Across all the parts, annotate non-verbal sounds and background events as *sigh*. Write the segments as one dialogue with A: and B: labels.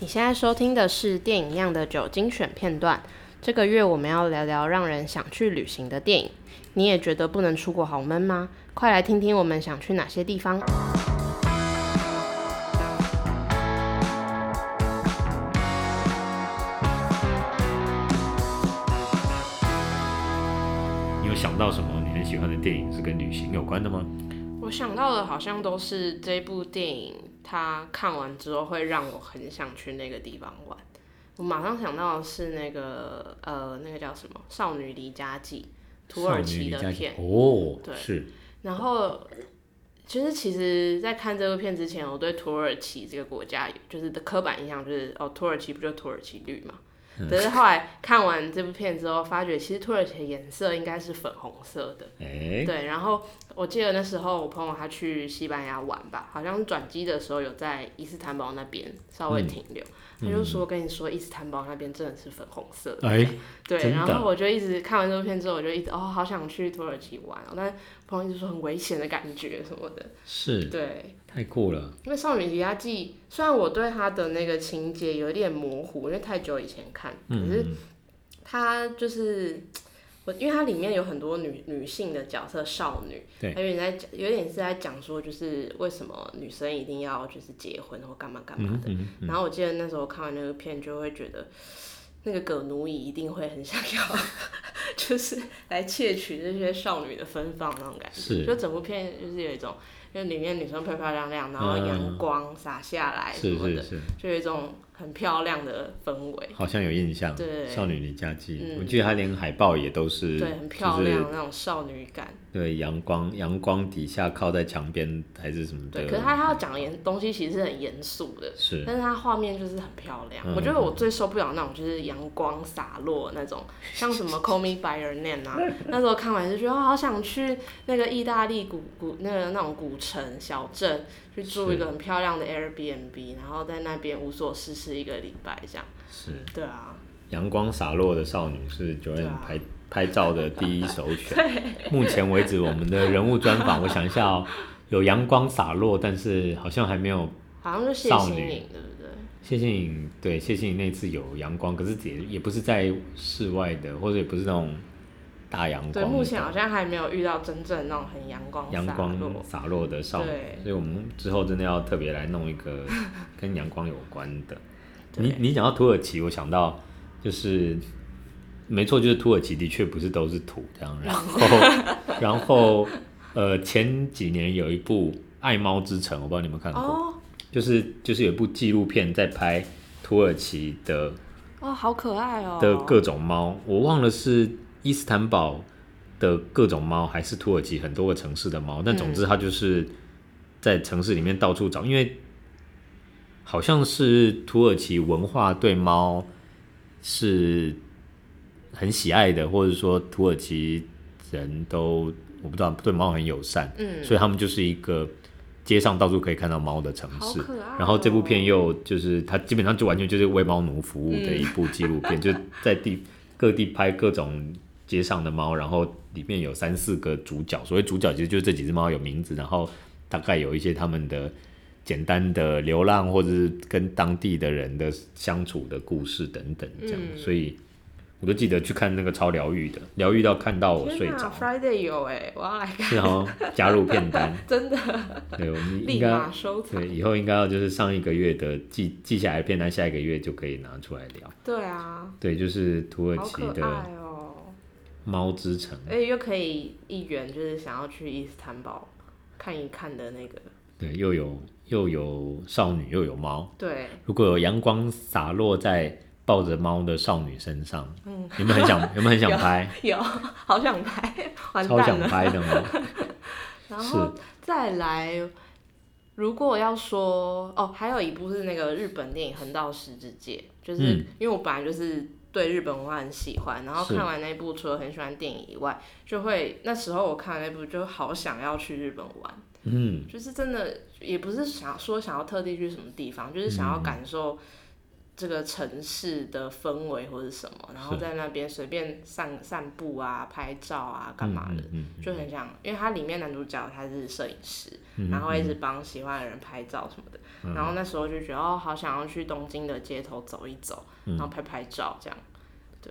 A: 你现在收听的是电影《酿的酒》精选片段。这个月我们要聊聊让人想去旅行的电影。你也觉得不能出国好闷吗？快来听听我们想去哪些地方。
B: 你有想到什么你很喜欢的电影是跟旅行有关的吗？
A: 我想到的好像都是这部电影，它看完之后会让我很想去那个地方玩。我马上想到的是那个呃，那个叫什么《少女离家记》，土耳其的
B: 少女离家
A: 片。
B: 哦
A: 对，
B: 是
A: 然后，其实其实，在看这部片之前，我对土耳其这个国家就是的刻板印象就是哦，土耳其不就土耳其绿嘛。可是后来看完这部片之后，发觉其实土耳其的颜色应该是粉红色的。
B: 哎、
A: 对，然后我记得那时候我朋友他去西班牙玩吧，好像转机的时候有在伊斯坦堡那边稍微停留，他就说：“跟你说，伊斯坦堡那边真的是粉红色的。”
B: 哎、
A: 对，
B: 真的
A: 然后我就一直看完这部片之后，我就一直哦，好想去土耳其玩、哦，但朋友一直说很危险的感觉什么的。
B: 是
A: 对，
B: 太酷了，
A: 因为《少女离家记》虽然我对它的那个情节有一点模糊，因为太久以前看，可是
B: 嗯
A: 它就是我，因为它里面有很多女女性的角色，少女，
B: 对
A: 还有点在讲，有点是在讲说，就是为什么女生一定要就是结婚或干嘛干嘛的。
B: 嗯
A: 然后我记得那时候看完那个片，就会觉得那个葛奴乙一定会很想要， *laughs* 就是来窃取这些少女的芬芳那种感觉。
B: 是
A: 就整部片就是有一种，就里面女生漂漂亮亮，然后
B: 嗯
A: 阳光洒下来什
B: 是
A: 么
B: 是
A: 的，
B: 是，
A: 就有一种很漂亮的氛围。
B: 好像有印象，
A: 对
B: 少女离家记》
A: 嗯
B: 我记得它连海报也都是，
A: 对，很漂
B: 就
A: 亮、
B: 是
A: 那种少女感。
B: 对阳光阳光底下靠在墙边还是什么的，
A: 对，可是他他要讲的严东西其实是很严肃的，
B: 是
A: 但是它画面就是很漂亮。
B: 嗯
A: 我觉得我最受不了那种就是阳光洒落那种，像什么 Call Me by Your Name
B: *laughs*
A: 啊，那时候看完就觉得哦好想去那个意大利古古那个那种古城小镇去住一个很漂亮的 Airbnb，然后在那边无所事事一个礼拜这样。
B: 是
A: 对啊，
B: 阳光洒落的少女是九
A: 对
B: N
A: 啊
B: 拍、拍照的第一首
A: *laughs*
B: 选。目前为止，我们的人物专访，我想一下哦，有阳光洒落，但是好像还没有
A: 好像是谢
B: 少
A: 欣
B: 女
A: 颖对不对？
B: 谢欣颖。对，谢欣颖那次有阳光，可是也也不是在室外的，或者也不是那种大阳光的。
A: 对，目前好像还没有遇到真正那种很阳光
B: 阳
A: 洒
B: 光
A: 落。
B: 洒落的少女
A: 对，
B: 所以我们之后真的要特别来弄一个 *laughs* 跟阳光有关的。
A: 对
B: 你你讲到土耳其，我想到就是，没错，就是土耳其的确不是都是土这样，
A: *laughs*
B: 然后然后呃前几年有一部《爱猫之城》，我不知道你有没有看过，
A: 哦
B: 就是就是有一部纪录片在拍土耳其的
A: 哦，好可爱哦！
B: 的各种猫，我忘了是伊斯坦堡的各种猫，还是土耳其很多个城市的猫。但总之，它就是在城市里面到处找，因为好像是土耳其文化对猫是很喜爱的，或者说土耳其人都我不知道对猫很友善，
A: 嗯
B: 所以他们就是一个街上到处可以看到猫的城
A: 好
B: 市。
A: 可爱哦
B: 然后这部片又就是它基本上就完全就是为猫奴服务的一部纪录
A: 嗯
B: 片，就是在地各地拍各种街上的猫，然后里面有三四个主角，所谓主角其实就是这几只猫有名字，然后大概有一些他们的。简单的流浪，或者是跟当地的人的相处的故事等等，这样，
A: 嗯
B: 所以我就记得去看那个超疗愈的，疗愈到看到我睡
A: 天哪
B: 着，
A: ，Friday 有哎，我要来看，
B: 然后加入片单，
A: 真的
B: 对，我们应
A: 立
B: 该
A: 马收藏。
B: 对以后应该要就是上一个月的记记下来的片单，下一个月就可以拿出来聊。
A: 对啊，
B: 对，就是土耳
A: 好
B: 其
A: 可
B: 的
A: 爱哦！
B: 猫之城，
A: 而且又可以一元，就是想要去伊斯坦堡看一看的那个，
B: 对，又有又有少女又有猫。
A: 对，
B: 如果有阳光洒落在抱着猫的少女身上，有没有很想有没有很想拍？
A: 嗯 *laughs* 有好想拍，完
B: 超
A: 蛋
B: 想
A: 了。
B: 拍的哦吗？
A: *laughs* 然后再来，如果要说哦，还有一部是那个日本电影《横道世之介》，就是、
B: 嗯
A: 因为我本来就是对日本文化很喜欢，然后
B: 是
A: 看完那部除了很喜欢电影以外，就会那时候我看完那部就好想要去日本玩。
B: 嗯，嗯
A: 就是真的也不是想说想要特地去什么地方，就是想要感受这个城市的氛围或者什么，然后
B: 是
A: 在那边随便散散步啊、拍照啊、干嘛的，
B: 嗯嗯嗯
A: 就很像，因为它里面男主角他是摄影师，
B: 嗯
A: 然后一直帮喜欢的人拍照什么的，然后那时候就觉得哦，好想要去东京的街头走一走，
B: 嗯
A: 然后拍拍照这样。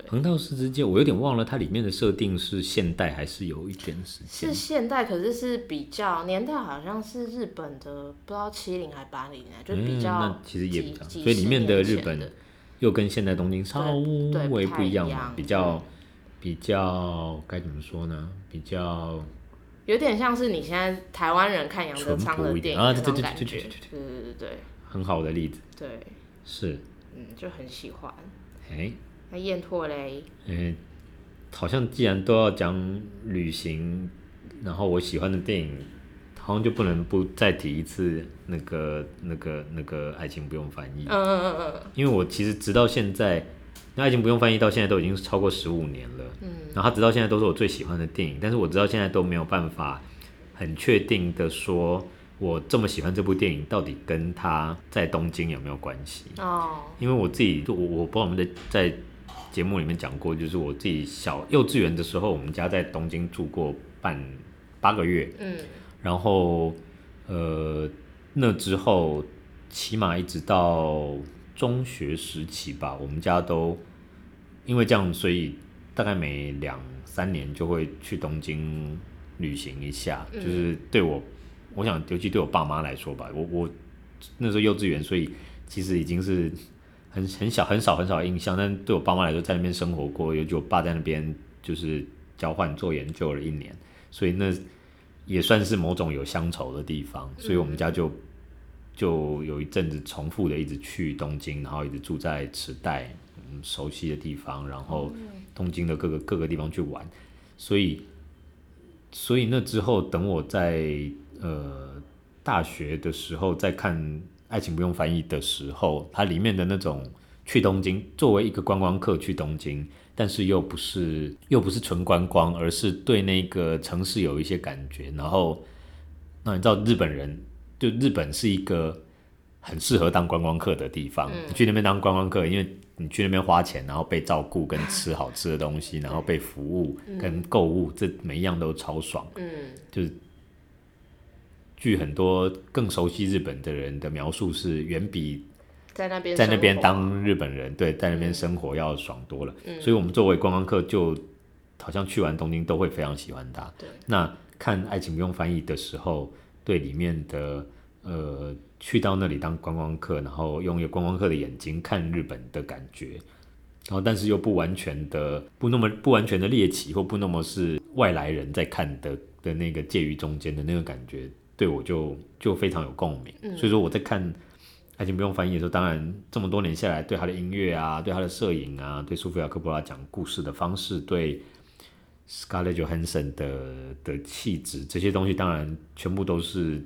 B: 横道世之介，我有点忘了它里面的设定是现代还是有一点时间
A: 是现代，可是是比较年代好像是日本的，不知道七零还八零啊，就比较、
B: 嗯、那其实也比
A: 几
B: 较，
A: 几
B: 所以里
A: 十
B: 面的
A: 年
B: 日
A: 前
B: 本
A: 的
B: 又跟现在东京稍
A: 对
B: 微
A: 不
B: 不一样
A: 太一
B: 嘛
A: 样，嗯
B: 比较比较该怎么说呢？比较
A: 有点像是你现在台湾人看杨德昌的电影
B: 淳朴一点啊
A: 那
B: 对
A: 种
B: 对对
A: 感觉，
B: 对
A: 对
B: 对
A: 对
B: 对
A: 对对
B: 很好的例子，
A: 对，
B: 是，
A: 嗯，就很喜欢。
B: 哎、
A: 那燕拓嘞，
B: 哎、好像既然都要讲旅行，然后我喜欢的电影，好像就不能不再提一次那个那个那个爱情不用翻译
A: 嗯，嗯嗯嗯
B: 因为我其实直到现在，那已经不用翻译到现在都已经超过十五年了。嗯，然后它直到现在都是我最喜欢的电影，但是我直到现在都没有办法很确定的说，我这么喜欢这部电影到底跟它在东京有没有关系？
A: 嗯，哦，
B: 因为我自己，我我不知道我们在在节目里面讲过，就是我自己小幼稚园的时候，我们家在东京住过半八个月，
A: 嗯
B: 然后呃，那之后起码一直到中学时期吧，我们家都因为这样，所以大概每两三年就会去东京旅行一下。
A: 嗯
B: 就是对我，我想尤其对我爸妈来说吧，我我那时候幼稚园，所以其实已经是。很很小很少很少的印象，但对我爸妈来说，在那边生活过，尤其我爸在那边就是交换做研究了一年，所以那也算是某种有乡愁的地方，所以我们家就就有一阵子重复的一直去东京，然后一直住在池袋，嗯，熟悉的地方，然后东京的各个各个地方去玩，所以所以那之后，等我在呃大学的时候再看《爱情不用翻译》的时候，它里面的那种去东京，作为一个观光客去东京，但是又不是又不是纯观光，而是对那个城市有一些感觉。然后，那你知道日本人，就日本是一个很适合当观光客的地方。你去那边当观光客，因为你去那边花钱，然后被照顾，跟吃好吃的东西，然后被服务跟购物，这每一样都超爽。
A: 嗯
B: 据很多更熟悉日本的人的描述是，远比
A: 在那边
B: 在那边
A: 生活嗯
B: 当日本人，对，在那边生活要爽多了。所以我们作为观光客，就好像去完东京都会非常喜欢它。
A: 对，
B: 那看《爱情不用翻译》的时候，对里面的呃，去到那里当观光客，然后用一个观光客的眼睛看日本的感觉，然后但是又不完全的不那么不完全的猎奇，或不那么是外来人在看的的那个介于中间的那个感觉，对我就就非常有共鸣。所以说我在看《爱情不用翻译》的时候，当然这么多年下来，对他的音乐啊，对他的摄影啊，对苏菲亚·科波拉讲故事的方式，对 Scarlett Johansson 的的气质，这些东西当然全部都是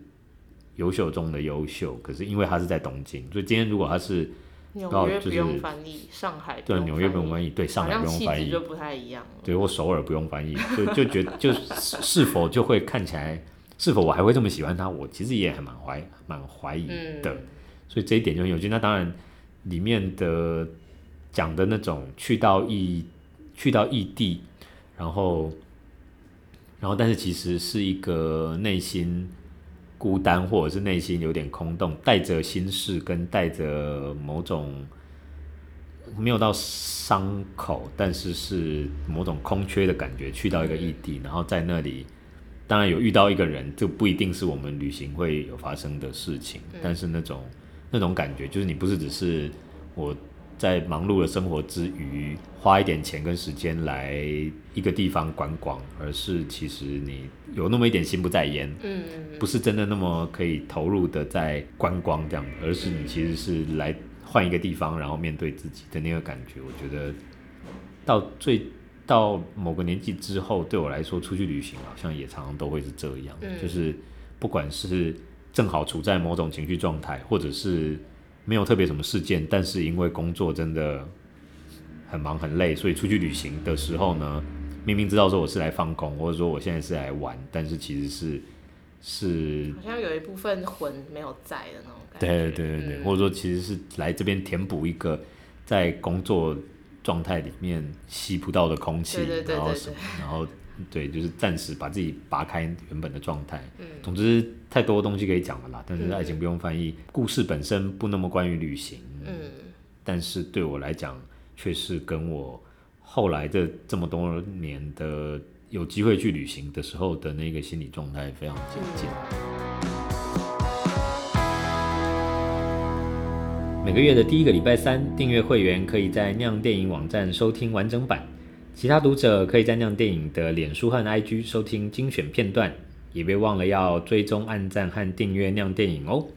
B: 优秀中的优秀。可是因为他是在东京，所以今天如果他是
A: 纽约
B: 就是
A: 不用翻译，上海
B: 哦对纽约不用
A: 译，
B: 翻译，对上海
A: 好
B: 不
A: 像
B: 用
A: 气
B: 翻
A: 质
B: 译，
A: 就不太一样了。
B: 对，或首尔不用翻译，就就觉得 *laughs* 就是是否就会看起来，是否我还会这么喜欢他？我其实也还蛮怀蛮怀疑
A: 嗯
B: 的，所以这一点就很有趣。那当然，里面的讲的那种去到异去到异地，然后然后但是其实是一个内心孤单或者是内心有点空洞，带着心事跟带着某种没有到伤口，但是是某种空缺的感觉，去到一个异地，然后在那里，当然有遇到一个人，这不一定是我们旅行会有发生的事情，但是那种那种感觉，就是你不是只是我在忙碌的生活之余，花一点钱跟时间来一个地方观光，而是其实你有那么一点心不在焉，
A: 嗯，
B: 不是真的那么可以投入的在观光这样，而是你其实是来换一个地方，然后面对自己的那个感觉。我觉得到最到某个年纪之后，对我来说，出去旅行好像也常常都会是这样，
A: 嗯
B: 就是不管是正好处在某种情绪状态，或者是没有特别什么事件，但是因为工作真的很忙很累，所以出去旅行的时候呢，明明知道说我是来放空，或者说我现在是来玩，但是其实是是
A: 嗯好像有一部分魂没有在的那种感觉。嗯
B: 对对对对对，或者说其实是来这边填补一个在工作状态里面吸不到的空气，
A: 对对对
B: 然后
A: 对
B: 什么
A: 对，
B: 然后对，就是暂时把自己拔开原本的状态。
A: 嗯
B: 总之，太多东西可以讲了啦，但是
A: 嗯
B: 爱情不用翻译，故事本身不那么关于旅行，
A: 嗯
B: 但是对我来讲，却是跟我后来的这么多年的有机会去旅行的时候的那个心理状态非常接近。
A: 嗯
B: 每个月的第一个礼拜三，订阅会员可以在酿电影网站收听完整版，其他读者可以在酿电影的脸书和 IG 收听精选片段，也别忘了要追踪、按赞和订阅酿电影哦。